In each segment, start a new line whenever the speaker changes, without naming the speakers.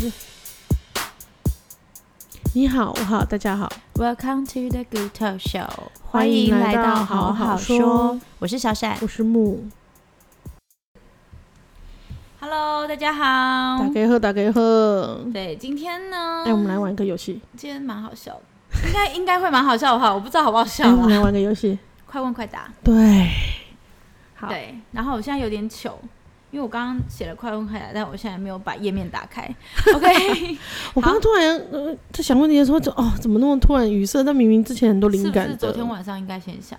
是你好，我好，大家好，
Welcome to the Good Talk Show，
欢迎来到好好说。
我是小闪
我是木，
，Hello，大家好
打。给喝，打给喝。
对，今天呢，
哎、我们来，玩一个游戏，
今天蛮好笑的，应该应该会蛮好笑的吧？我不知道好不好嗯笑
哎、 我们来
啦，
玩个游戏，
快问快答。
对，好
对，然后我现在有点糗，因为我刚刚写了快问快答，但我现在没有把页面打 开。OK，
我刚刚突然呃在想问题的时候，就哦，怎么那么突然语塞？但明明之前很多
是
灵
不
感
是
的。
昨天晚上应该先想？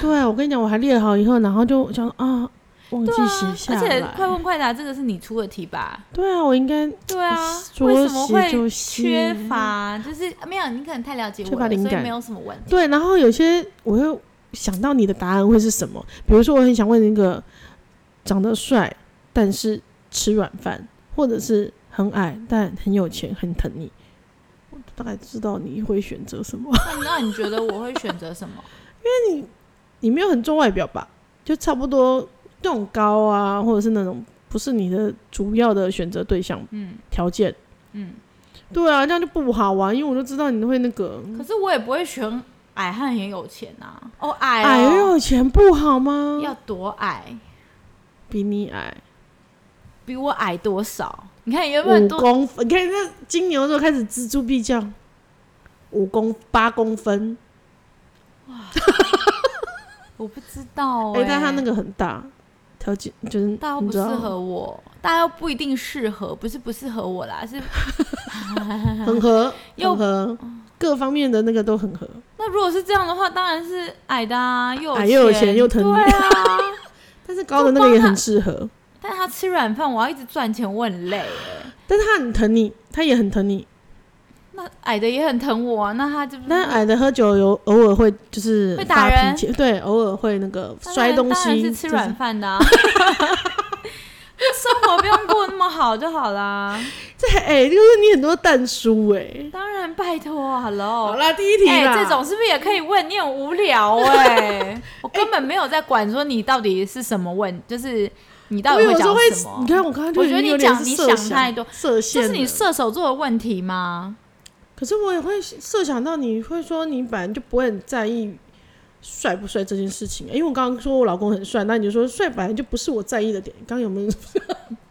对，啊我跟你讲，我还列好以后，然后就想啊，忘记
对
写
啊，
下
而
来。
且快问快答这个是你出的题吧？
对啊，我应该
对啊，
说
为什么
写
会
就写
缺乏？就是啊没有，你可能太了解
缺
我
乏
了，
灵
所以
感
没有什么问题。
对，然后有些我会想到你的答案会是什么，比如说我很想问那个长得帅但是吃软饭，或者是很矮但很有钱很疼你，我大概知道你会选择什么。
那那你觉得我会选择什么？
你没有很重外表吧？就差不多那种高啊，或者是那种不是你的主要的选择对象
嗯
条件。
嗯，
对啊，这样就不好玩，因为我就知道你会那个
可是我也不会选矮汉很有钱啊。哦，矮
矮又
哦
有钱不好吗？
要多矮？
比你矮。
比我矮多少？你看原本
五
多
公分，你看那金牛座开始锱铢必较，五公八公分，
我不知道
哎、
哎，
但他那个很大，条件就是
大家又
你
不
知
适
道，
合我，大家又不一定适合，不是不适合我啦，是
很合，
又哦
很合，各方面的那个都很合。
那如果是这样的话，当然是矮的啊，又
矮又有钱又疼你
对啊。
但是高的那个也很适合，
但他吃软饭，我要一直赚钱，我很累哎。
但是他很疼你，他也很疼你。
那矮的也很疼我啊，那他就
但是矮的喝酒有偶尔会就是
会打
发
人
脾气，对，偶尔会那个
当然
摔东
当然
西，
是吃软饭的、啊。生活不用过那么好就好啦。
就是这哎、就是你很多蛋叔哎、
当然，拜托
好
，Hello。
啦，第一题
哎、
啦，
这种是不是也可以问？你很无聊哎、 我根本没有在管说你到底是什么问，就是你到
我
底
有时
讲
候会
什，么
你。看我刚刚就
我觉得
已经
你
有点
讲
是
你
设
想
想
太多，
射
这
线
是你
了
射手座的问题吗？
可是我也会设想到你会说你本来就不会很在意帅不帅这件事情，因为我刚刚说我老公很帅，那你就说帅本来就不是我在意的点。刚刚有没有？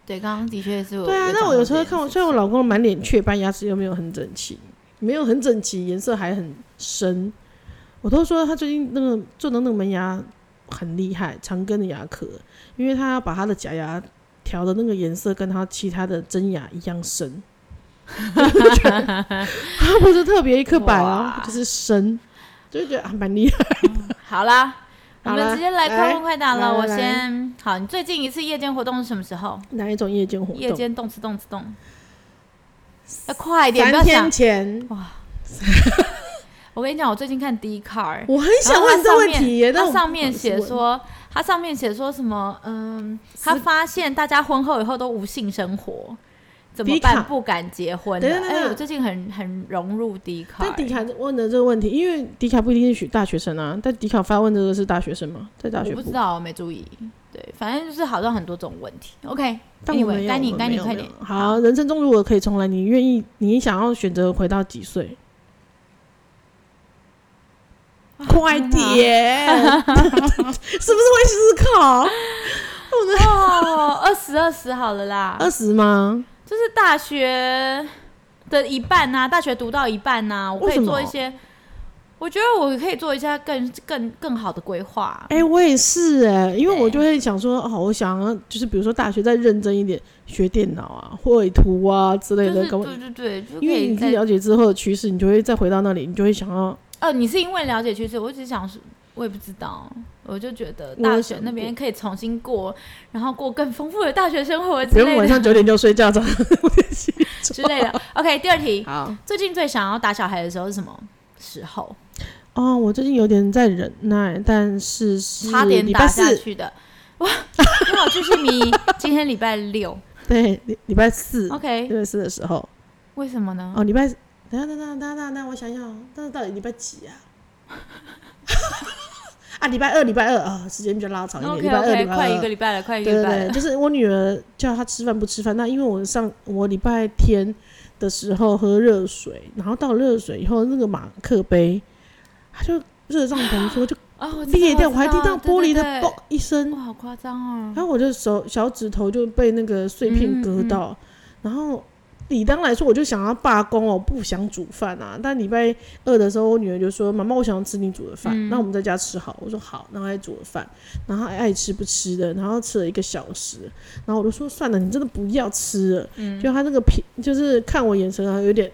对，刚刚的确是我。
对啊，
讲
那我
到
有时
这
候
件
看我，
事
虽然
情
我老公满脸雀斑，牙齿又没有很整齐，没有很整齐，颜色还很深，我都说他最近那个做的那个门牙很厉害，长根的牙科，因为他要把他的假牙调的那个颜色跟他其他的真牙一样深。 他不是特别一颗白啊
哇，
就是深，就觉得还蛮厉害。
好啦，我
好啦
们直接来快问快答
来
了。我
来
先好，你最近一次夜间活动是什么时候？
哪一种夜间活
夜
动？
间动次动次动，要快一点，不要
三天
想。
前，
我跟你讲，我最近看 D Car，
我很想问这问题耶，但
它
我
上
不
面
好意思
写
问，
说，它上面写说什么？嗯，他
是
发现大家婚后以后都无性生活，怎么
D
办？
Car
不敢结婚
等
了。
等等
哎，
等
我最近很很融入 D
但迪
Car，
卡问的这个问题，因为迪卡不一定是大学生啊，但迪卡发问这个是大学生吗？在大学
我不知，道，我没注意。对，反正就是好像很多种问题。OK，
但我
Anyway，
没有
该你
我
该
没
你
有
快
没有
点
好，人生中如果可以重来，你愿意，你想要选择回到几岁？快点，是不是会思考？
哦，二十二十好了啦，
二十吗？
就是大学的一半呐、大学读到一半呐、我可
为什
以
么
做一些，我觉得我可以做一下更更更好的规划。
哎、我也是哎、因为我
对
就会想说，哦，我想要就是比如说大学再认真一点，学电脑啊、绘图啊之类
就
的，
是
搞不好
对对对，就可
因为
以
你
在
了解之后的趋势，你就会再回到那里，你就会想要
哦，你是因为了解趋势，我只是想说，我也不知道，我就觉得
我有
大
想
学那边
过
可以重新过，然后过更丰富的大学生活
不
之
用
类
晚
的
上九点就睡觉，早上五点起。
之类的。OK，第二题，
好
最近最想要打小孩的时候是什么时候？
哦，我最近有点在忍耐，但是是
差点
礼
打
拜
下
四，
去的。哇，你好，继续迷。今天礼拜六
对，礼礼拜四，礼
，OK，
拜四的时候，
为什么呢？
哦，礼拜，哦等一下等一下等一下等一下等一下，我想想，但是到底礼拜几啊？ 啊，礼拜二礼拜二啊、时间比较拉长一点，礼
OK
拜二礼
OK，
拜
哦快一
二
个。礼拜了，快一个
对
礼
对
拜
对，
了。
就是我女儿叫她吃饭不吃饭，那因为我上我礼拜天的时候喝热水，然后倒热水以后那个马克杯，它就热 胀膨缩，就
啊，我知道
裂掉，我还
知
听
道
到玻璃的
对对对
嘣一声，
哇，好夸张哦！
然后我的手小指头就被那个碎
嗯
片割到，然后理当来说我就想要罢工哦，不想煮饭啊。但礼拜二的时候，我女儿就说：“妈妈，我想要吃你煮的饭，
嗯
那我们在家吃好。”我说：“好。”然后她煮了饭，然后她爱吃不吃的，然后吃了一个小时，然后我就说：“算了，你真的不要吃了。
嗯
就她那个皮，就是看我眼神啊，有点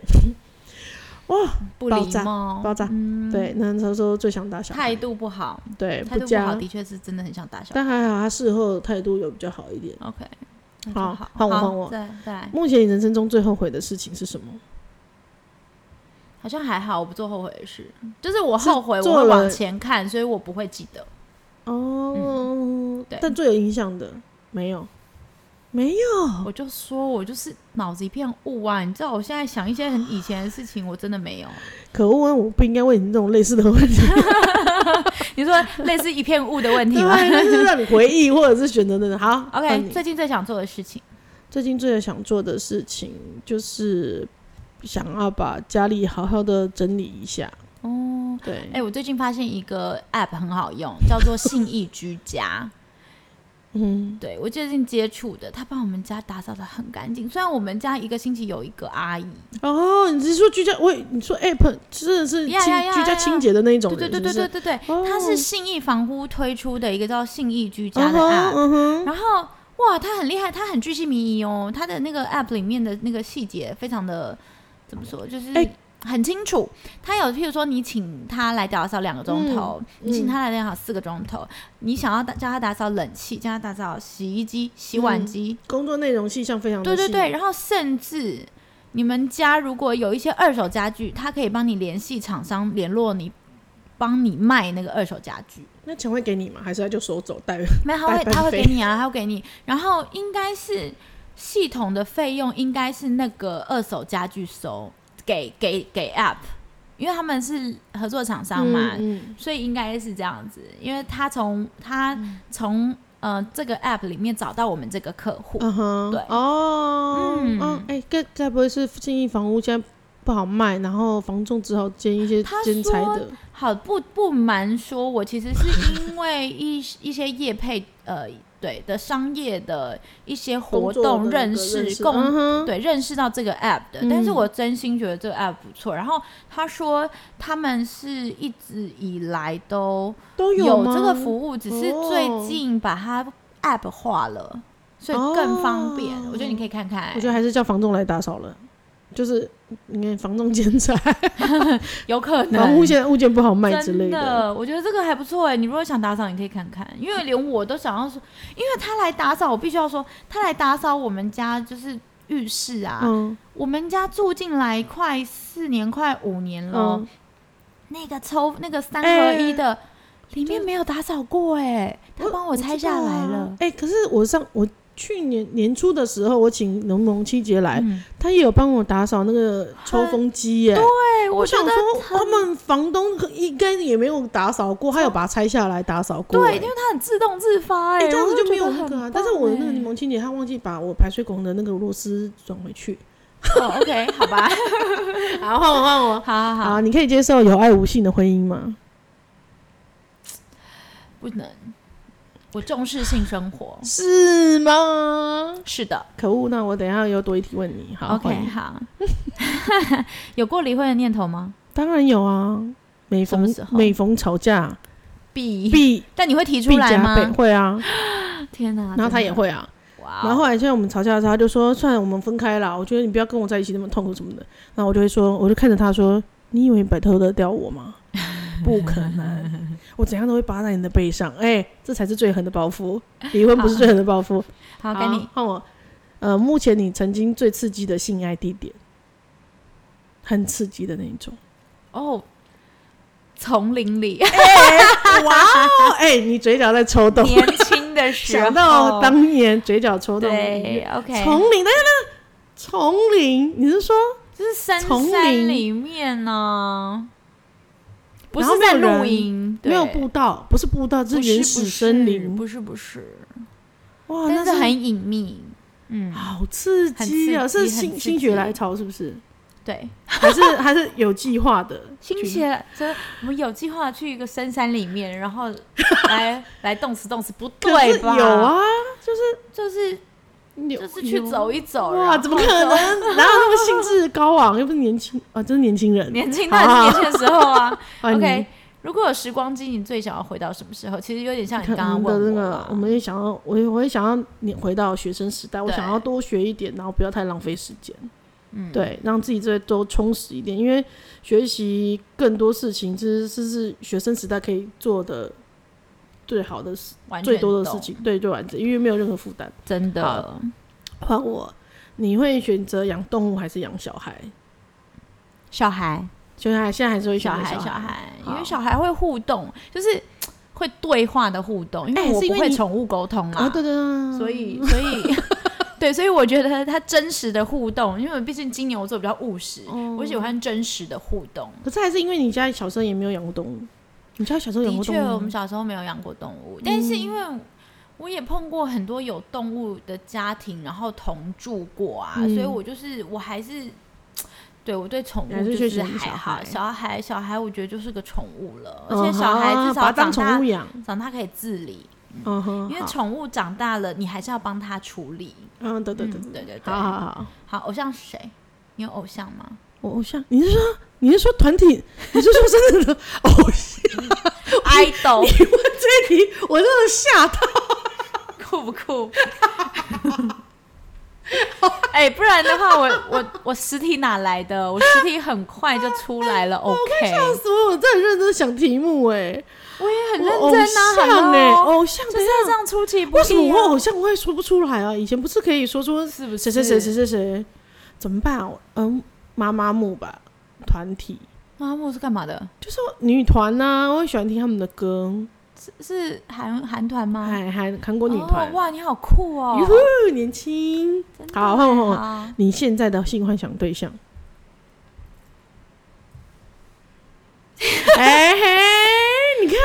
不
爆
礼
炸
貌，
爆炸。对，那时候最想打小
哦嗯态
孩，
度不好，
对，不
态度不好
加。
的确是真的很想打小孩。
但还好，她事后态度有比较好一点。
OK，那就
好
好，
换我
好
换我
再再来，
目前你人生中最后悔的事情是什么？
好像还好，我不做后悔的事，就是我后悔，
是
我会
做了
往前看，所以我不会记得。
哦，
嗯对
但最有影响的没有，没有，
我就说我就是脑子一片雾啊！你知道我现在想一些很以前的事情，我真 的没有。
可恶啊！我不应该问你这种类似的问题，
你说类似一片雾的问题
对
吗
吧？那是让你回忆或者是选择的。好换
？OK，
你
最近最想做的事情，
最近最想做的事情就是想要把家里好好的整理一下。
哦，
对
哎、，我最近发现一个 App 很好用，叫做信义居家。
嗯，
对我最近接触的，他把我们家打扫的很干净。虽然我们家一个星期有一个阿姨，
哦，你是说居家？喂，你说 app 真的是清
呀呀呀
居家
呀
清洁的那一种
对对
人，
对对对对对，
哦
它是信义房屋推出的一个叫信义居
是不是，
家的啊 App，、
嗯哼，
然后哇，它很厉害，它很居细靡遗哦，它的那个 App 里面的那个细节非常的怎么说，就是
哎
很清楚。它有，譬如说你请他来打扫两个钟头，你请他来打扫四个钟头，你想要打叫他打扫冷气，叫他打扫洗衣机、洗碗机，
工作内容细项非常
对
的
对
细
对，，然后甚至。你们家如果有一些二手家具，他可以帮你联系厂商联络你，帮你卖那个二手家具。
那钱会给你吗？还是他就收走带？
没有，他会
白白
他会
费
给你啊，他会给你。然后应该是系统的费用，应该是那个二手家具收给给给 App，因为他们是合作厂商嘛，
嗯嗯
所以应该是这样子。因为他从他从、呃这个 App 里面找到我们这个客户，
嗯哼，
对
哦，
嗯
哦，哎、该该不会是信义房屋现在不好卖，然后房仲只好兼一些
他
兼差
说
的？
好不不瞒说，我其实是因为一一些业配呃对的商业的一些活
工作的
动
那个
认
识
识共
嗯哼，
对，认识到这个 app 的，
嗯
但是我真心觉得这个 app 不错。然后他说他们是一直以来都
都
有
吗哦
这个服务，只是最近把它 app 化了，所以更方便。
哦
我觉得你可以看看
我，觉得还是叫房仲来打扫了。就是你看房仲兼差，
有可
房
能
屋。现在物件不好卖之类
真的，我觉得这个还不错哎。你如果想打扫，你可以看看，因为连我都想要说，因为他来打扫，我必须要说，他来打扫我们家就是浴室啊，
嗯
我们家住进来快四年，快五年了。
嗯，
那个抽那个三
哎
合一的，里面没有打扫过哎、他帮我拆下来
知道
了
啊。哎、可是我上我去年年初的时候，我请农农七姐来，
嗯，
她也有帮我打扫那个抽
很
风机耶、
对，我觉
想
得
说，
很
他们房东应该也没有打扫过，他有把它拆下来打扫过、
对，
欸
因为它很自动自发哎、
欸这样子
我
就没
觉
有
得
那
很
个啊
棒。
但是我那个
哎
柠檬青姐，她忘记把我排水孔的那个螺丝转回去。
哦，OK，好吧，
好，换我，换我。
好好好，
啊，你可以接受有爱无性的婚姻吗？
不能，我重视性生活，
是吗？
是的
可恶，那我等一下有多一题问你。好换
，OK，
你
好。 有过离婚的念头吗？
当然有啊。每
什
逢
么时候
每逢吵架，
必，
必
但你会提出
必
来
加倍，
吗？
会啊。
天哪！
然后他
真
也
的，
会啊。
哇哦，
然后后来现在我们吵架的时候，他就说：“算了，我们分开啦，我觉得你不要跟我在一起那么痛苦什么的。”然后我就会说，我就看着他说：“你以为你摆脱得掉我 吗？不可能，我怎样都会扒在你的背上。哎、这才是最狠的报复。离婚不是最狠的报复。
好，该你
换我。呃，目前你曾经最刺激的性爱地点，很刺激的那一种。
哦，丛林里。
哇哦！哎、你嘴角在抽动，
年轻啊的时候，
想到当年嘴角抽动的音
对
乐。
，OK，
丛林，大家丛林，你是说？
就是深
丛
山
林
里面呢、不
然后
是
没有
在露
人
营，
没有
对
步道，不是步道，这
不
原
是
始森林。
不是不是，
哇，
但
那
是很隐秘。嗯，
好刺激啊！
很
是
刺激很
心
刺
心血
激
来潮是不是？
对，
还是还是有计划的？
心
去
血，这我们有计划去一个深山里面，然后来来动词动词，不
可是
对吧？
有，啊，
就是
有
就是去
有啊
走一走。
哇，
然
怎么
后
可
走
能？？ 哪有那么兴致高昂？又不是年轻啊，真是年轻人。
年轻那是年轻的时候 啊。
啊你
OK，如果有时光机，你最想要回到什么时候？其实有点像你
可
刚
能
刚
的嗯那
问我
个
啦，
我们也想要，我也我也想要你回到学生时代，我
对
想要多学一点，然后不要太浪费时间，
嗯，
对，让自己这都充实一点，因为学习更多事情，其实是是学生时代可以做的最好的事，
完
最
全
多的
懂
事，情，对，最完整，因为没有任何负担。
真的
好换我，你会选择养动物还是养小孩？
小孩。
小孩现在还是会选
小
择
孩，
小
小孩，因
好
为小孩会互动，就是会对话的互动，因
哎
为我
是因为
不会
你
宠物沟通嘛，
啊，对对对，
所以 所以 对，所以我觉得他真实的互动，因为毕竟金牛座比较务实，
哦
我喜欢真实的互动。
可是还是因为你家小时候也没有养过动物，你家小时候养
的
过动
确，
物嗯
我们
吗
小时候没有养过动物，但是因为我也碰过很多有动物的家庭，然后同住过啊，
嗯
所以我就是我还是。对我对宠
还
物
是
就
最
是
喜欢
还
小
好，
孩
小孩小孩我觉得就是个宠物了，而
嗯
且小孩
好啊
至
把它
少
当
长
宠
大
物养，
长大可以自理，
嗯哼，
因为
好
宠物长大了你还是要帮它处理。
嗯，对对
嗯
对
对对对，
好好好，
好，偶像是谁？你有偶像 吗？
我偶像，你是说你是说团体，你是说真正 的
哦
偶像？
idol
你问这一题，我真的吓到。
酷不酷？哎、不然的话，我我我实体哪来的？我实体很快就出来 了。OK，
笑死我！我真的很认真地想题目哎，
我也很
我
认
偶
真啊，
像哎，
hello
偶像
就
等一
是要这
下，
样出其不意、啊。
为什么我偶像我也说不出来啊？以前不是可以说出
是不是？
谁谁谁谁？谁谁，怎么办、啊？我嗯，妈妈木吧，团体
妈木是干嘛的？
就是女团呐、我也喜欢听他们的歌，
哦是是韩韩团吗？
还还韩国女团
哦，，哇，你好酷哦！
哟、哦、年轻。
真的
好换我换我
好
你现在的性幻想对 象？哎嘿，你看，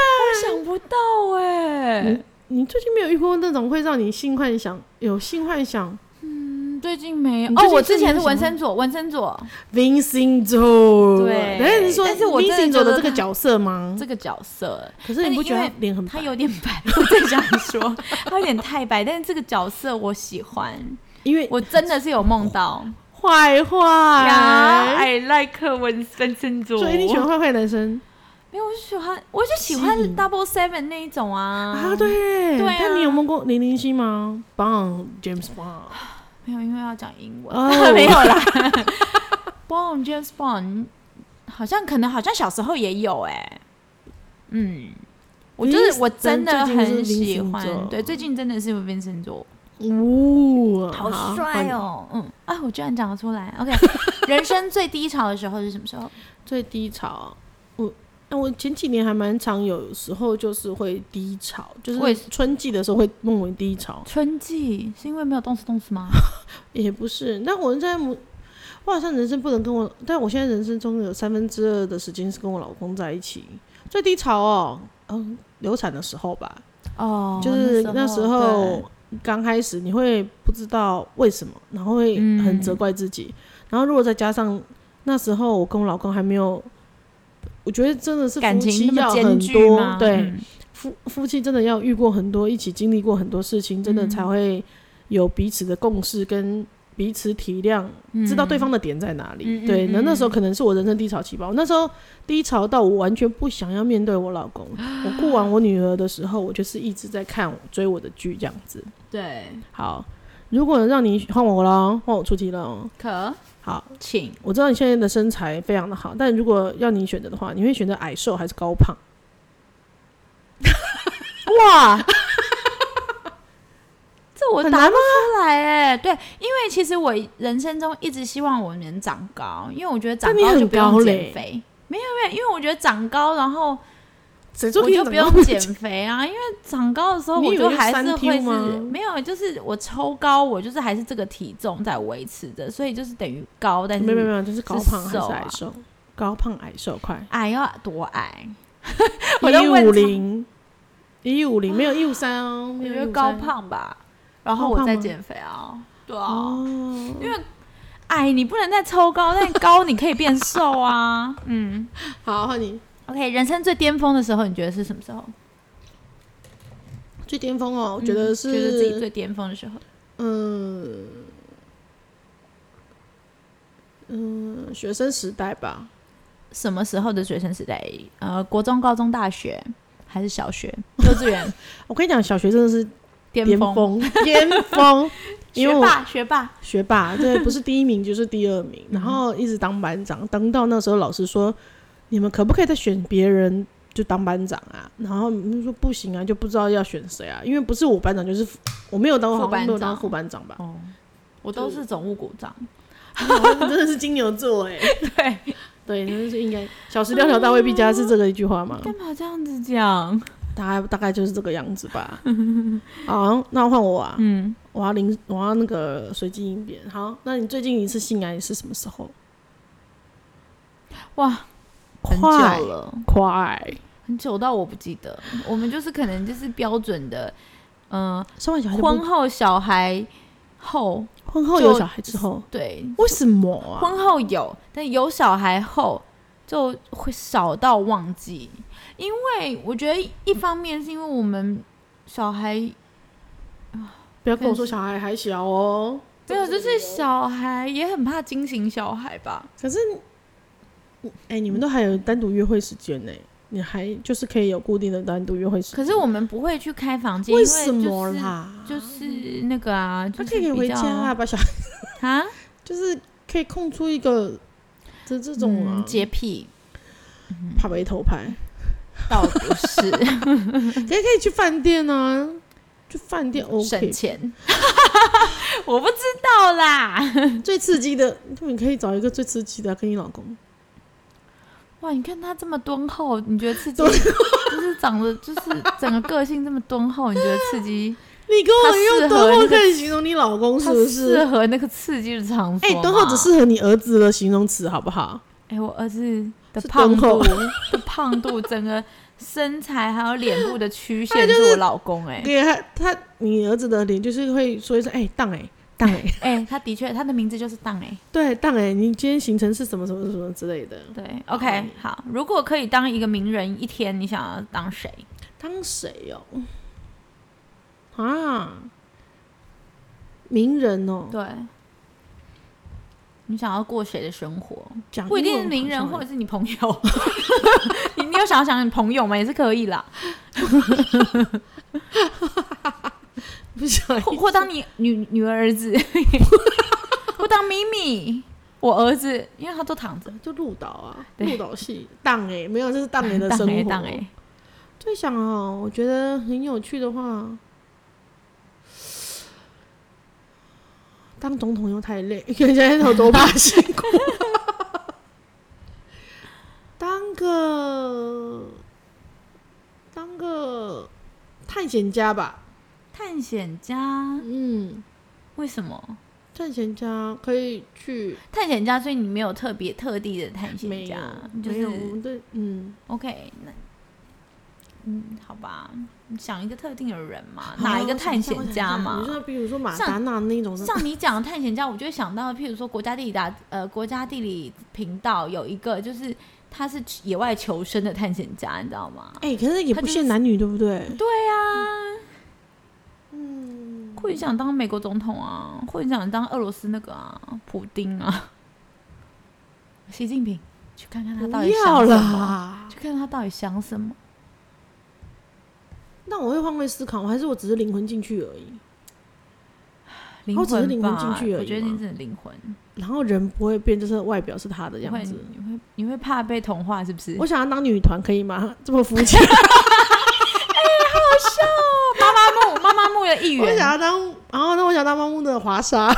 想不到哎、
嗯你最近没有遇过那种会让你性幻想有性幻想
嗯，最近没有
你最
哦。
近
我
最
之
近
前
有
是纹
什么
身左，纹身左
Vincent Joe？
对
但是你说
但是我真的
Vincent
觉
Joe
得
的这个
他
角色吗？
这个角色，
可是
但
你不
是
觉得
因
他脸很
他
白？
有点白，我正想说，他有点太白，但是这个角色我喜欢，
因为
我真的是有 梦到。
坏啊坏，
，I like 纹身身左
所以你喜欢坏坏男生
没有，我就喜欢，我就喜
吸
欢
引
Double Seven 那一种啊。
啊？，对，
对啊
但你有梦过零零七吗？Bond James Bond，
没有，因为要讲英文，
哦
没有 啦。Bond James Bond，好像可能好像小时候也有哎、嗯。我就是我真的很喜
嗯最近是 Vincent
欢
座，
对，最近真的是 Vincent 座，
哦，
好帅！
换
哦，嗯，啊，我居然讲得出来，OK，人生最低潮的时候是什么时候？
最低潮，我那我前几年还蛮常，有时候就是会低潮，就
我也
是
是
春季的时候会梦为低潮，
春季，是因为没有动词动 词吗？
也不是。但我在母，我好像人生不能跟我，但我现在人生中有三分之二的时间是跟我老公在一起。最低潮哦，嗯，流产的时候吧，
哦，
就是那
那
时
时
候
对
刚开始，你会不知道为什么，然后会
嗯
很责怪自己。然后如果再加上那时候我跟我老公还没有，我觉得真的是
感
夫妻
情那
要
么
很
艰巨
多
吗？，
对、
嗯
夫夫妻真的要遇过很多，一起经历过很多事情，真的
嗯
才会有彼此的共识跟彼此体谅，知道对方的点在哪里。
嗯嗯嗯
对，那
嗯
那时候可能是我人生低潮期吧。我那时候低潮到我完全不想要面对我老公。 我顾完我女儿的时候，我就是一直在看追我的剧这样子。
对，
好，如果让你换我了，换我出题了哦。
可
好，
请
我知道你现在的身材非常的好，但如果要你选择的话，你会选择矮瘦还是高胖？哇，
这我
很
答
难
不出来哎、对，因为其实我人生中一直希望我能长高，因为我觉得长
但你很
就不
高
用
嘞
减肥。没有没有，因为我觉得长高，然后
谁说
我
可以
就
长
不
高
用减肥啊，因为长高的时候
你
我
以
就
为
还
三
是
Q
会是
吗
没有，就是我抽高，我就是还是这个体重在维持着，所以就是等于高，但是
没有没有没有，就是高
哎是
胖还
瘦
是矮
啊
瘦？高胖矮瘦快，
矮要多矮？ 我在
一
问
五零，一五零没有一五三哦，
我
没
觉
有
得
153
高胖吧，然后我在减肥啊，对啊，
哦，
因为矮你不能再抽高， 但高你可以变瘦啊。嗯
好，换你
，OK，人生最巅峰的时候，你觉得是什么时候？
最巅峰哦，我觉得
嗯觉得自己
是
最巅峰的时候，
嗯嗯学生时代吧，
什么时候的学生时代？呃，国中、高中、大学还是 小学、幼稚园
我跟你讲，小学真的是
巅
巅
峰？
峰，巅峰，因为
学
我
霸，学霸，
学 霸，对，不是第一名就是第二名，
嗯
然后一直当班长，当到那时候老师说，你们可不可以再选别人就当班长啊？然后我们就说不行啊，就不知道要选谁啊，因为不是我班长就是我没有当
副
好像没有
班长，
当副班长吧
哦，我都是总务股长。
我 真的是金牛座哎、
哦对，
对，真的是应该小时两条大未必佳是这个一句话吗？
干嘛这样子讲？
大概大概就是这个样子吧。 好，那换我啊，
嗯，
我要临我要那个随机应变。好，那你最近一次性爱是什么时候？
哇，很久
快
了。
快，
很久到我不记得，我们就是可能就是标准的，嗯、
生完小孩就不
婚后小孩后
婚后有小孩之后，
对，
为什么啊？
婚后有，但有小孩后就会少到忘记，因为我觉得一方面是因为我们小孩
不要跟我说小孩还小哦。
没有，就是小孩也很怕惊醒小孩吧，
可是，
嗯
哎、你们都还有单独约会时间呢、你还就是可以有固定的单独约会时间。
可是我们不会去开房间，
为
因
什么
就是
啦？
就是那个啊，就
他
是
可以
比
回
较
家啊，把小孩
啊，
就是可以空出一个这这种啊
嗯，洁癖
怕被偷拍，
倒不是。
可以可以去饭店啊，去饭店 OK
嗯省。钱， 我不知道啦。
最刺激的，你可以找一个最刺激的啊、跟你老公。
哇，你看他这么敦厚，你觉得刺激？ 就是长得就是整个个性这么敦厚，你觉得刺激？
你跟
他
我
适合
用多
那
么
个
可以形容你老公是
他
不
适
是？
合那个刺激的场所
哎
吗？，
敦厚只适合你儿子的形容词好不好？
啊哎，我儿子的
是
胖
敦 厚
度的 胖度，整个身材还有脸部的曲线是我老公哎
对他他你儿子的脸就是会说一声哎当哎当哎
哎，他的确他的名字就是当哎
对当哎你今天行程是什么什么什么之类的。
对 OK 好，如果可以当一个名人一天，你想要当谁？
当谁哦？
哦
啊，名人哦，
对。你想要过谁的生活？
讲
不一定
英
是
文
名人，
好像
或者是你朋友。 你你有想要想你朋友吗？也是可以啦，
不想
或或当你女女儿儿子， 或当咪咪，我儿子，因为他都躺着。
就鹿岛啊，
对
鹿岛系当哎没有，这是当哎 的
当
生
欸
活。
当欸
最想哦，我觉得很有趣的话，当总统又太累，人家有多 怕辛苦。当个当个探险家吧，
探险家
嗯，
为什么？
探险家可以去
探险家，所以你没有特别特地的探险
没有
家，就
没有，我
是
们对，嗯，
OK 那。嗯，好吧，你想一个特定的人嘛，
好
啊
啊
哪一个
我想
探
一下我
险
想一
家
下
嘛？
你说比如说马
像
达纳那种，
像你讲的探险家，我就会想到，譬如说国家地理达呃国家地理频道有一个，就是他是野外求生的探险家，你知道吗？
哎、可是也
他
不
就是
限男女，对不对？
对啊，
嗯，
会想当美国总统啊， 会想当俄罗斯那个啊，普丁啊，习近平，去看啊看他到
不
底
要
想什么，
啦！
去看看他到底想什么。
那我会换位思考，还是我只是灵魂进去而已？
灵
我只是
魂
灵
吧，
魂进去而
我
已
觉得
嘛
你只是灵魂，
然后人不会变，就是外表是他的
你
样
会
子。
你会你会怕被同化是不是？
我想要当女团，可以吗？这么肤浅，
笑，妈妈木妈妈木的一
我
员，
想要当，然后那我想当汪木的华莎，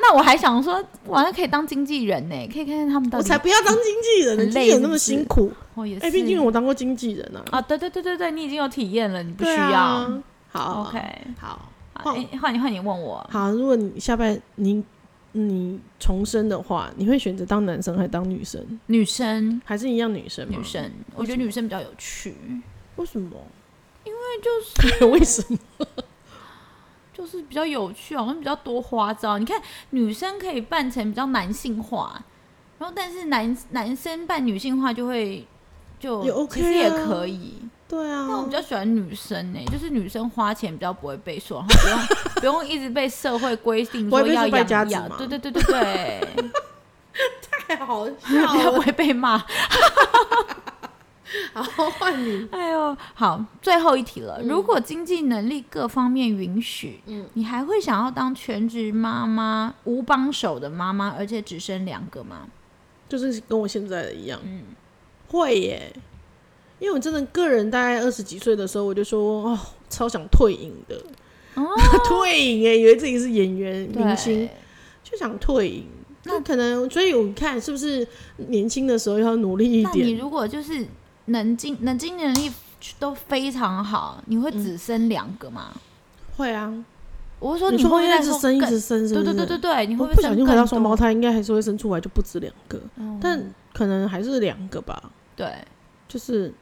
那我还想说，晚上可以当经纪人呢，可以看看他们到
我
底。
才不要当经纪人呢，
很
经
累
纪人那么
是不是
辛苦。
我也是，
哎，毕竟我当过经纪人啊，
啊，对对对对对，你已经有体验了，你不需
对
要。
啊。好
OK，
好
好
换
哎换你换你问我，
好，如果你下半你你重生的话，你会选择当男生还是当女生？
女生，
还是一样女生吗？
女生，我觉得女生比较有趣，
为什么？
就是
为什么？
就是比较有趣，好像比较多花招。你看，女生可以扮成比较男性化，然后但是男男生扮女性化就会就
也 OK
其实也
啊
可以。
对啊，
但我比较喜欢女生呢、欸就是女生花钱比较不会被说，然后不用不用一直被社会规定
不会
说
被
要
说败家
养
子嘛
养，对对对对对，
太好
比较不。会被骂。
好，换你。
哎呦，好，最后一题了。
嗯
如果经济能力各方面允许，
嗯
你还会想要当全职妈妈、无帮手的妈妈，而且只生两个吗？
就是跟我现在的一样，
嗯
会耶。因为我真的个人大概二十几岁的时候，我就说哦，超想退隐的，
哦
退隐哎，以为自己是演员
对
明星，就想退隐。
那
那可能，所以我看是不是年轻的时候要努力一
那你
点？
如果就是能经能经济能力都非常好，你会只生两个吗？
会啊，
我是说
你
会不
说
会再
一直
说
生一
更
直生，是不
对
是？
对对对对，你会
我
会
不
生
小心回到
更
双胞
多？
胎，应该还是会生出来，就不止两个，
嗯
但可能还是两个吧。
对，
就是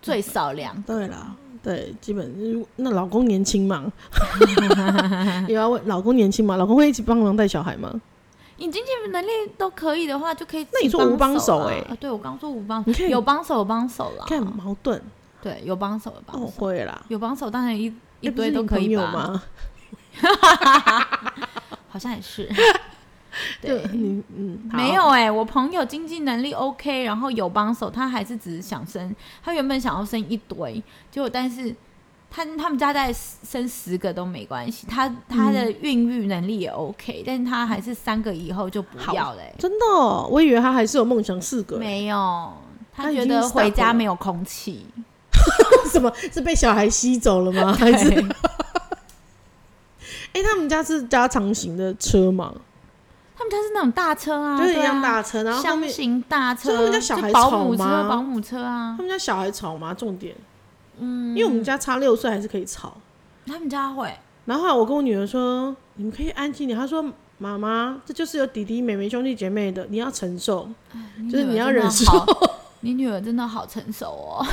最少两嗯个。
对啦，对，基本如那老公年轻嘛， 也要问老公年轻嘛，老公会一起帮忙带小孩吗？
你经济能力都可以的话，就可以自
那
己啊。
你说无帮手欸
啊对我刚说无帮，
你看
有帮手有帮手啦。
看矛盾，
对，有帮手有帮
哦，
手，
会啦，
有帮手当然一一
那不是
堆都
你
可
朋
以
友
吧？
吗？
好像也是。
就
对，
你嗯，好
没有哎、我朋友经济能力 OK，然后有帮手，他还是只是想生，他原本想要生一堆，结果但是他他们家在生十个都没关系，他他的
嗯
孕育能力也 OK，、但是他还是三个以后就不
好
要嘞、
真的哦，我以为他还是有梦想四个，
没有，他
他已
觉
经
得
stop
回家
了
没有空气，
什么是被小孩吸走了吗？还是
对
哎，他们家是加长型的车嘛，
他们家是那种大车啊，
就是一
对
样
啊
大车，然后后
箱
面
型大
所以他
车，
们家
就
小孩
保
吵
姆车，
吗
保姆车啊
他，们家小孩吵吗？重点，
嗯，
因为我们家差六岁还是可以吵。
他们家会，
然后后来我跟我女儿说：“你们可以安静点。”她说：“妈妈，这就是有弟弟、妹妹、兄弟姐妹的，你要承受，就是
女
你要
儿真的
忍受。
好你女儿真的好成熟哦，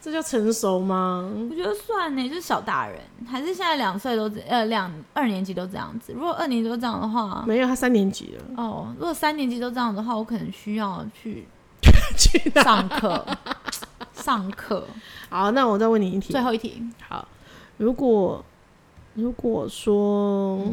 这叫成熟吗？
我觉得算呢，就是小大人，还是现在两岁都这呃两二年级都这样子。如果二年级都这样的话，
没有，她三年级了，
哦，如果三年级都这样的话，我可能需要去
去哪？
上课， 上课。
好，那我再问你一题
最。后一题，
好，如果如果说、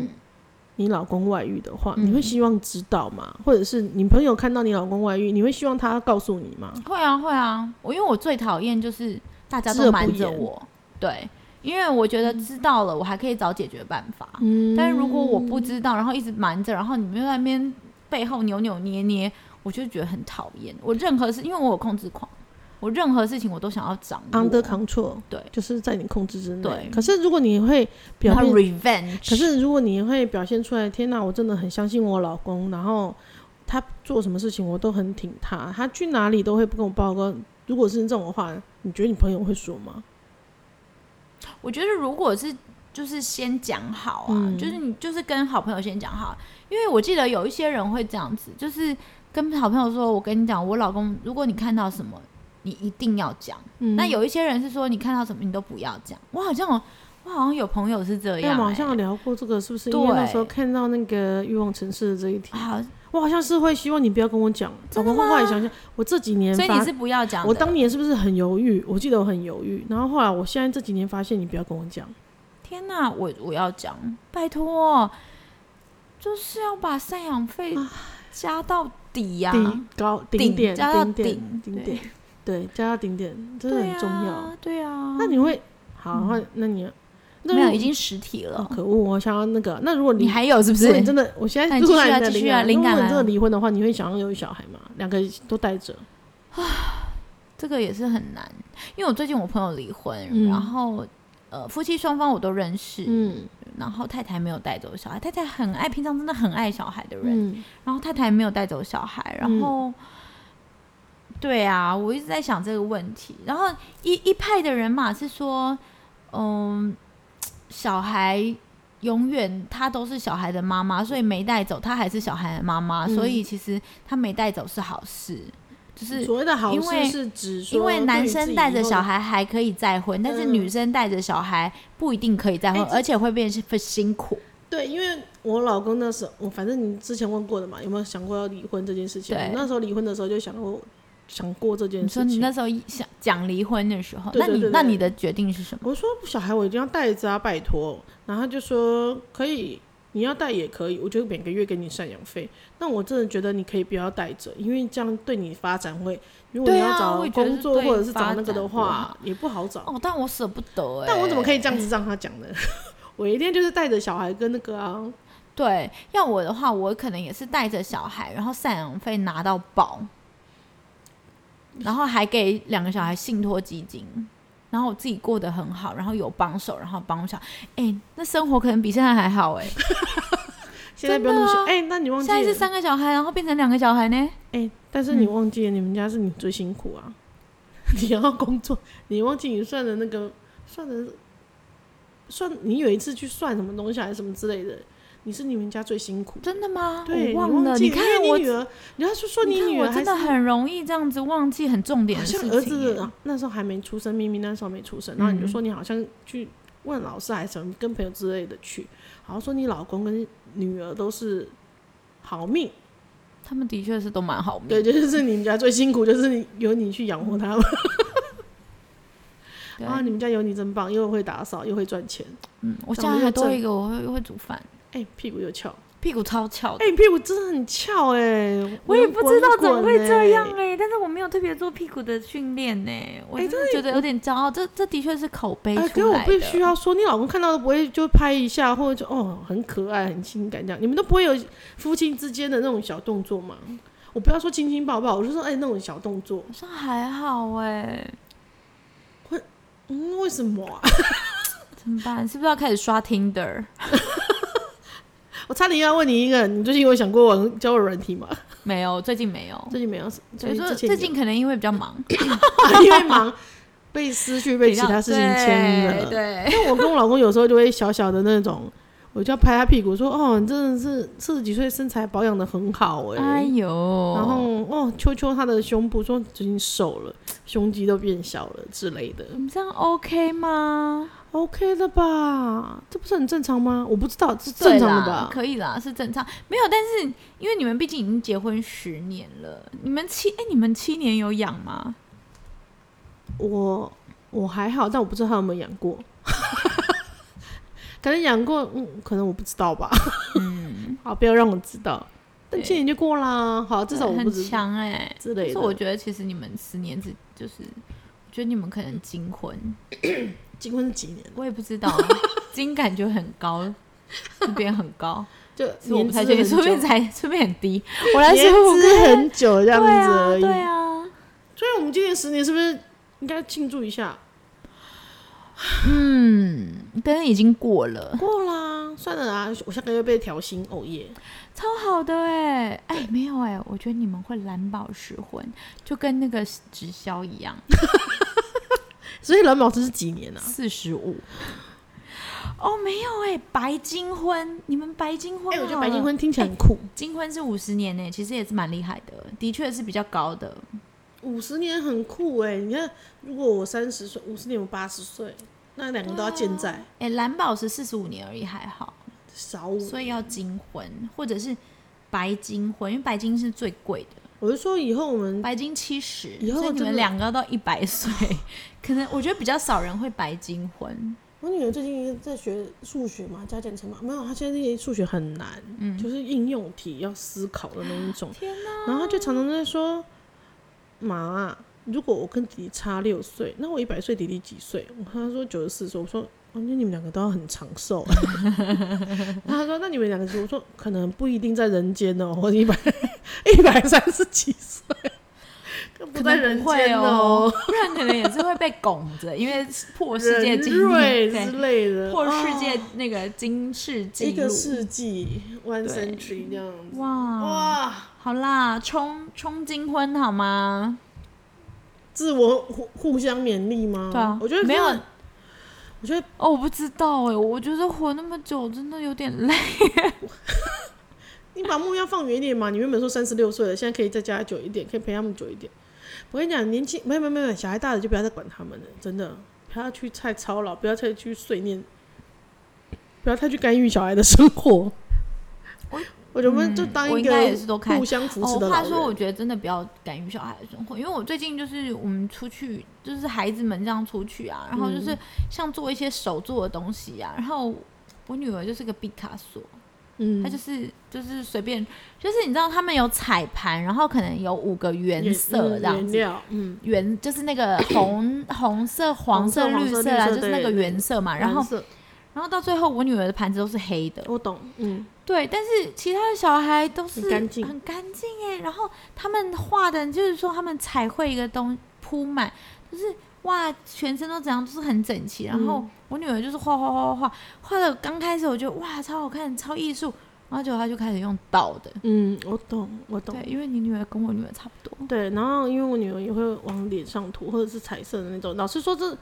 你老公外遇的话，
嗯
你会希望知道吗？或者是你朋友看到你老公外遇，你会希望他告诉你吗？
会啊会啊，我因为我最讨厌就是大家
知
都
而不
瞒着
言
我，对，因为我觉得知道了，我还可以找解决办法。
嗯，
但是如果我不知道，然后一直瞒着，然后你们又在那边背后扭扭捏捏，我就觉得很讨厌。我任何事，因为我有控制狂，我任何事情我都想要掌握。
under control，
对
就是在你控制之内。
对
可是如果你会表
然后
面
revenge，
可是如果你会表现出来，天哪，我真的很相信我老公，然后他做什么事情我都很挺他，他去哪里都会不跟我报告。如果是这种的话，你觉得你朋友会说吗？
我觉得如果是就是先讲好啊，
嗯
就是你就是跟好朋友先讲好，啊因为我记得有一些人会这样子，就是跟好朋友说，我跟你讲，我老公，如果你看到什么，你一定要讲。
嗯
那有一些人是说，你看到什么你都不要讲。我好像有我好像有朋友是这
因哎为我
样、
们好
欸
像有聊过这个，是不是？因为
对
那时候看到那个欲望城市的这一题，
啊，
我好像是会希望你不要跟我讲。
真
我
的吗
后来想想，我这几年
所以你
发
是，不要讲的。
我当年是不是很犹豫？我记得我很犹豫，然后后来我现在这几年发现，你不要跟我讲。
天哪、我我要讲，拜托，哦就是要把赡养费加到底呀、
顶高顶
顶
点
加到
顶
顶
点顶
对
点，对，加到顶点，真的
对
很重要
啊。，对啊。
那你会好？那那你那
没有
如
已经实体
哦
了，
可恶！我想要那个，那如果
你还有是不
如果
是
你？真的，我现
那
在
你继
突
续啊
然的
继续
灵
啊
感，
灵
如果
感
你
来
真的
了
离婚的话，你会想要有小孩吗？两个都带着，
这个也是很难，因为我最近我朋友离婚，
嗯
然后呃夫妻双方我都认识，
嗯
然后太太没有带走小孩，太太很爱，平常真的很爱小孩的人，
嗯，
然后太太没有带走小孩，然后、对啊，我一直在想这个问题。然后一一派的人嘛是说，嗯，小孩永远她都是小孩的妈妈，所以没带走她还是小孩的妈妈，
嗯
所以其实她没带走是好事，就是
所谓的好
因为
事是指说，
因为男生带着小，孩还可以再婚，但是
嗯
女生带着小孩不一定可以再婚，
哎这
而且会变得辛苦。
对，因为我老公那时候，我反正你之前问过的嘛，有没有想过要离婚这件事情？
对
我那时候离婚的时候就想过想过这件
你说
事
你
情。
那时候想讲离婚的时候，
对对
那
对
你那
对
你的决定是什么？
我说小孩我一定要带着啊，拜托。然后他就说可以，你要带也可以，我就每个月给你赡养费。那我真的觉得你可以不要带着，因为这样对你发展会，如果你
对
要
啊
找
我也觉得
工
是
作
对
或者是
发
找那个
展
的
不
话
好，
也不好找。
哦，但我舍不得哎、
但我怎么可以这样子让他讲呢？ 我一定就是带着小孩跟那个啊，
对，要我的话，我可能也是带着小孩，然后赡养费拿到爆，然后还给两个小孩信托基金，然后我自己过得很好，然后有帮手，然后帮我小，哎、那生活可能比现在还好哎、
现在
真
不用那么
的
想。
啊
哎、那你忘
现
记
在是
了？
三个小孩，然后变成两个小孩呢？
哎、但是你
嗯
忘记了，你们家是你最辛苦啊， 你要工作，你忘记你算的那个算的算，你有一次去算什么东西还是什么之类的，你是你们家最辛苦。
真的吗？
对，
我
你
忘了。
记
看
因为
我
你，女儿，你要是说你
看
女
我
儿还
真
是
的很容易这样子忘记很重点
好
的
像
事
儿
情欸
子
耶。
啊那时候还没出生，明明那时候没出生，然后你就
嗯
说你好像去问老师还是什么，跟朋友之类的去，好像说你老公跟女儿都是好命，
他们的确是都蛮好命的。
对，就是你们家最辛苦，就是你由你去养活他们。
对
啊，你们家有你真棒，又会打扫，又会赚钱，
嗯，我
长
家
得又
还多
正
一个，我会会煮饭，
哎、屁股又翘，
屁股超翘的。
哎、你屁股真的很翘哎、
我也不知道怎么会这
圆
样
滚滚欸
哎、但是我没有特别做屁股的训练呢，我
哎
真的觉得有点骄傲。这这的确是口碑
哎、可是
出
我
来
必须
的。
要说，你老公看到都不会就拍一下，或者就哦很可爱、很性感这样，你们都不会有夫妻之间的那种小动作吗？我不要说亲亲抱抱，我就说哎、那种小动作，
好像还好哎、
嗯，为什么啊？
怎么办？是不是要开始刷 Tinder？
我差点要问你一个，你最近有想过玩交友软体吗？
没有，最近没有。
最近没有，
所以说
之前
最近可能因为比较忙，
有 因为忙被思绪被
比
其
较
他事情牵
对
了，
对，
因为我跟我老公有时候就会小小的那种，我就要拍他屁股说：“哦，你真的是四十几岁身材保养的很好哎、
哎呦，
然后哦，秋秋她的胸部说最近瘦了，胸肌都变小了之类的
我们这样 OK 吗？
，OK 的吧？这不是很正常吗？我不知道是
对
正常
啦
的吧？
可以啦，是正常。没有，但是因为你们毕竟已经结婚十年了，你们七哎、你们七年有养吗？
我我还好，但我不知道他有没有养过， 可能养过，嗯，可能我不知道吧。
嗯，
好，不要让我知道。但
对
今年就过啦，好，至少我不
很
知
强哎、
之
但
类
是
的。
我觉得其实你们十年之就是，我觉得你们可能金婚，
结婚是几年？
我也不知 道啊，金感觉很高，这边很 高，
就
所以我
年
不
资
太
很
确定，说不定
久，
才 说不定很低。我来
年
说我
资很久这样
对
子
啊
而已。
对啊，
所以我们今年十年是不是应该庆祝一下？
嗯，但是已经过了，
过啦，算了啦，我下个月被调薪，哦耶！
超好的哎、哎、没有哎、我觉得你们会蓝宝石婚，就跟那个直销一 样，
所以蓝宝石是几年啊？
四十五。哦，没有哎、白金婚，你们白金婚，
哎、我觉得白金，婚听起来很酷，
金婚是五十年呢、其实也是蛮厉害的，的确是比较高的。
五十、年很酷哎、你看，如果我三十岁，五十年我八十岁，那两个都要健在，
哎、蓝宝石四十五年而已，还好，
少五。
所以要金婚或者是白金婚，因为白金是最贵的。
我就说以后我们
白金七十，
以后
所以你
真
们
的
两个到一百岁，可能我觉得比较少人会白金婚。
我女儿最近在学数学嘛，加减乘法，没有，她现在那些数学很难，就是应用题要思考的那一种。
嗯天哪！
然后她就常常在说：“妈，啊如果我跟弟弟差六岁，那我一百岁弟弟几岁？”我她说九十四岁，我说：“哦，那你们两个都要很长寿。” 然后她说：“那你们两个几岁？”我说：“可能不一定在人间哦，我一百一百三十几岁，不
可
在
能
人
不会
间
哦，不然可能也是会被拱着，因为破世界
人
经
瑞
历，
之
对，
类的，
破
哦
世界那个金世纪
一
录
个。世纪 one
对
century 这样子。
哇，
哇，
好啦，冲冲金婚好吗？
自我互互相勉励吗？
对啊，
嗯我觉得
没有
真的，我觉得
哦，我不知道哎，我觉得活那么久真的有点累。
你把目标放远一点嘛，你原本说三十六岁了，现在可以再加久一点，可以陪他们久一点。我跟你讲，年轻没有没有没有，小孩大了就不要再管他们了，真的不要去太操劳，不要再去碎念，不要太去干预小孩的生活。
我
我觉得我们就当
嗯我
一
应
个
该也是都看
互相扶持的老
哦，话
人。
说，我觉得真的不要干预小孩的生活，因为我最近就是我们出去，就是孩子们这样出去啊，然后就是
嗯
像做一些手做的东西啊，然后我女儿就是个毕卡索，
嗯，
她就是就是随便，就是你知道他们有彩盘，然后可能有五个原
颜
色这样
颜
子。
料，嗯，
原就是 那个红红色、黄色、
红色黄
绿
色
色
绿
啊，
色
就是那
对
个
对嗯
原色嘛。然后
蓝，色
然后到最后，我女儿的盘子都是黑的。
我懂，嗯，
对，但是其他的小孩都是
很干净
很干净哎。然后他们画的，就是说他们彩绘一个东铺满，就是哇，全身都怎样，就是很整齐。然后
嗯
我女儿就是画画画画画，画的刚开始我觉得哇，超好看，超艺术。然后结果她就开始用倒的，
嗯，我懂，我懂
对，。因为你女儿跟我女儿差不多。
对，然后因为我女儿也会往脸上涂，或者是彩色的那种。老师说这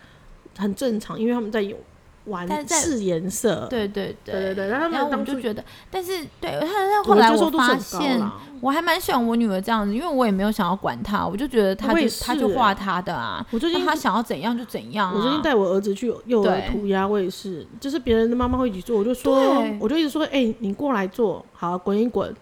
很正常，因为他们在有玩
但是在
试颜色。
对对对
呃对对对，然后他
然后
们
我
当
们
初
就觉得，但是对，但是
我
后
们
来
接受
我
度是
发
很高
现，
啦。
我还蛮喜欢我女儿这样子，因为我也没有想要管她，我就觉得她
我
就
也
她就是画
欸
她的啊，
我最
那
近
她想要怎样就怎样啊。
我最近带我儿子去幼儿
对
涂鸦，我也是，就是别人的妈妈会一起做，我就说
对，
我就一直说，哎、你过来做，好，滚一滚。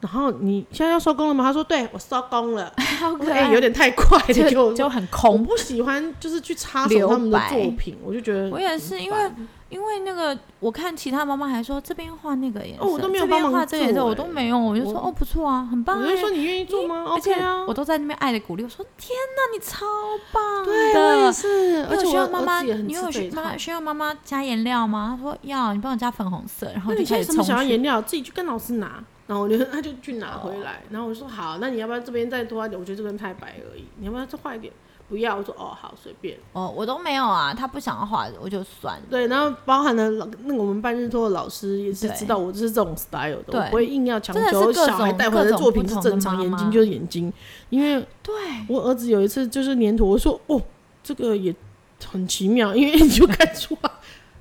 然后你现在要收工了吗？他说，对我收工了。
好
我
可
说，
爱，
哎、有点太快了， 你给我
就就很
我
空。
不喜欢，就是去插手
留
他们的
白
作品，我就觉得
我也是，因为因为那个，我看其他妈妈还说这边画那个颜色，
哦我都没有
这边
帮忙
画这个颜色，
做欸
我都没有，我就说
我
哦不错啊，很棒、
我
啊。
就说你愿意做吗
而且
？OK 啊，
我都在那边爱的鼓励，我说天哪，你超棒
对，我也
的。
是，
你
而
有
且
需
我
要妈妈，
儿子也很
你
吃
有
这
需
一
妈妈
套
需要妈妈加颜料吗？她说要，你帮我加粉红色，然
那
后我就
你现
开
在
始
什么
冲
想要
去。
颜料，自己去跟老师拿。然后我就 他就去拿
哦
回来，然后我说好，那你要不要这边再多一点？我觉得这边太白而已，你要不要再画一点？不要，我说哦好，随便。
哦，我都没有啊，他不想要画，我就算了。
对，然后包含了老那个我们半日托的老师也是
对
知道我就是这种 style 的，
对
我不会硬要强
真的是
求
各
小孩
种
带回来
各种
作品
不
是
同的
正常，
妈
眼睛
妈
就是眼睛。因为
对，
我儿子有一次就是粘土，我说哦这个也很奇妙，因为你就看出来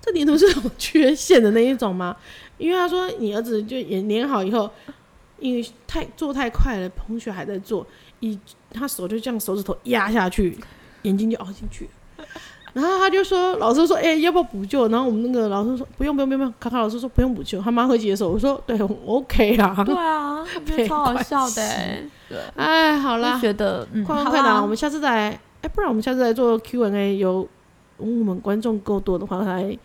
这粘土是有缺陷的那一种吗？因为他说你儿子就也粘好以后，因为太做太快了，同学还在做，一他手就这样手指头压下去，眼睛就凹进去。然后他就说，老师说，哎、要不要补救？然后我们那个老师说，不用不用不用不用。卡卡老师说不用补救，他妈会接受。我说，对，我 OK 啊。
对 啊，我觉得
没
超好
关
笑
系
的、欸。
哎，好
我
啦
就，觉得嗯，
快问
好
快答，
啊
我们下次再来。哎、不然我们下次来做 Q&A，有嗯我们观众够多的话来。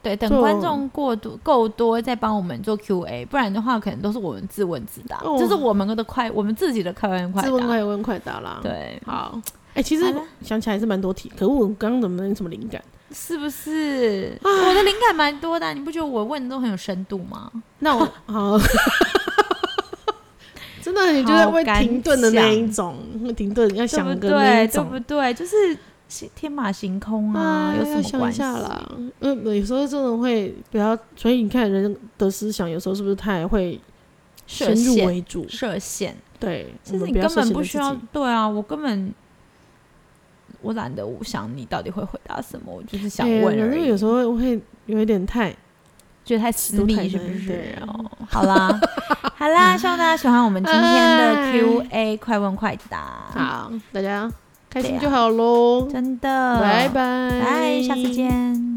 对，等
做
观众过多够多，再帮我们做 Q&A，不然的话可能都是我们自问自答，
哦
就是我们的快，我们自己的快问快
自问
答。
快问快答啦。，
对，
好。哎、其实
好啦
想起来是蛮多题，可恶，我刚刚怎么没什么灵感？
是不是？我的灵感蛮多的啊，你不觉得我问的都很有深度吗？
那我好，真的，你就在会停顿的那一种，会停顿要
对不
想个那
对？
一
对
种
不。对？就是是天马行空啊，
要
有什么
想
关
一
系？
下啦，呃，有时候真的会比较，所以你看人的思想有时候是不是太会
设
先入
限，
为主？
设限，
对，
其
我
实
们
你
要
根
设
本
限
不
了
需
自
要
己。。
对啊，我根本我懒得想你到底会回答什么，我就是想
哎
问
反
而
正
已。
有时候会有一点太
觉得太私密
尺度太
是不是
深？
哦，好啦，好啦，希望大家喜欢我们今天的
哎
Q&A 快问快答，
好，大家开心
对啊
就好喽，
真的，
拜拜，
拜，下次见。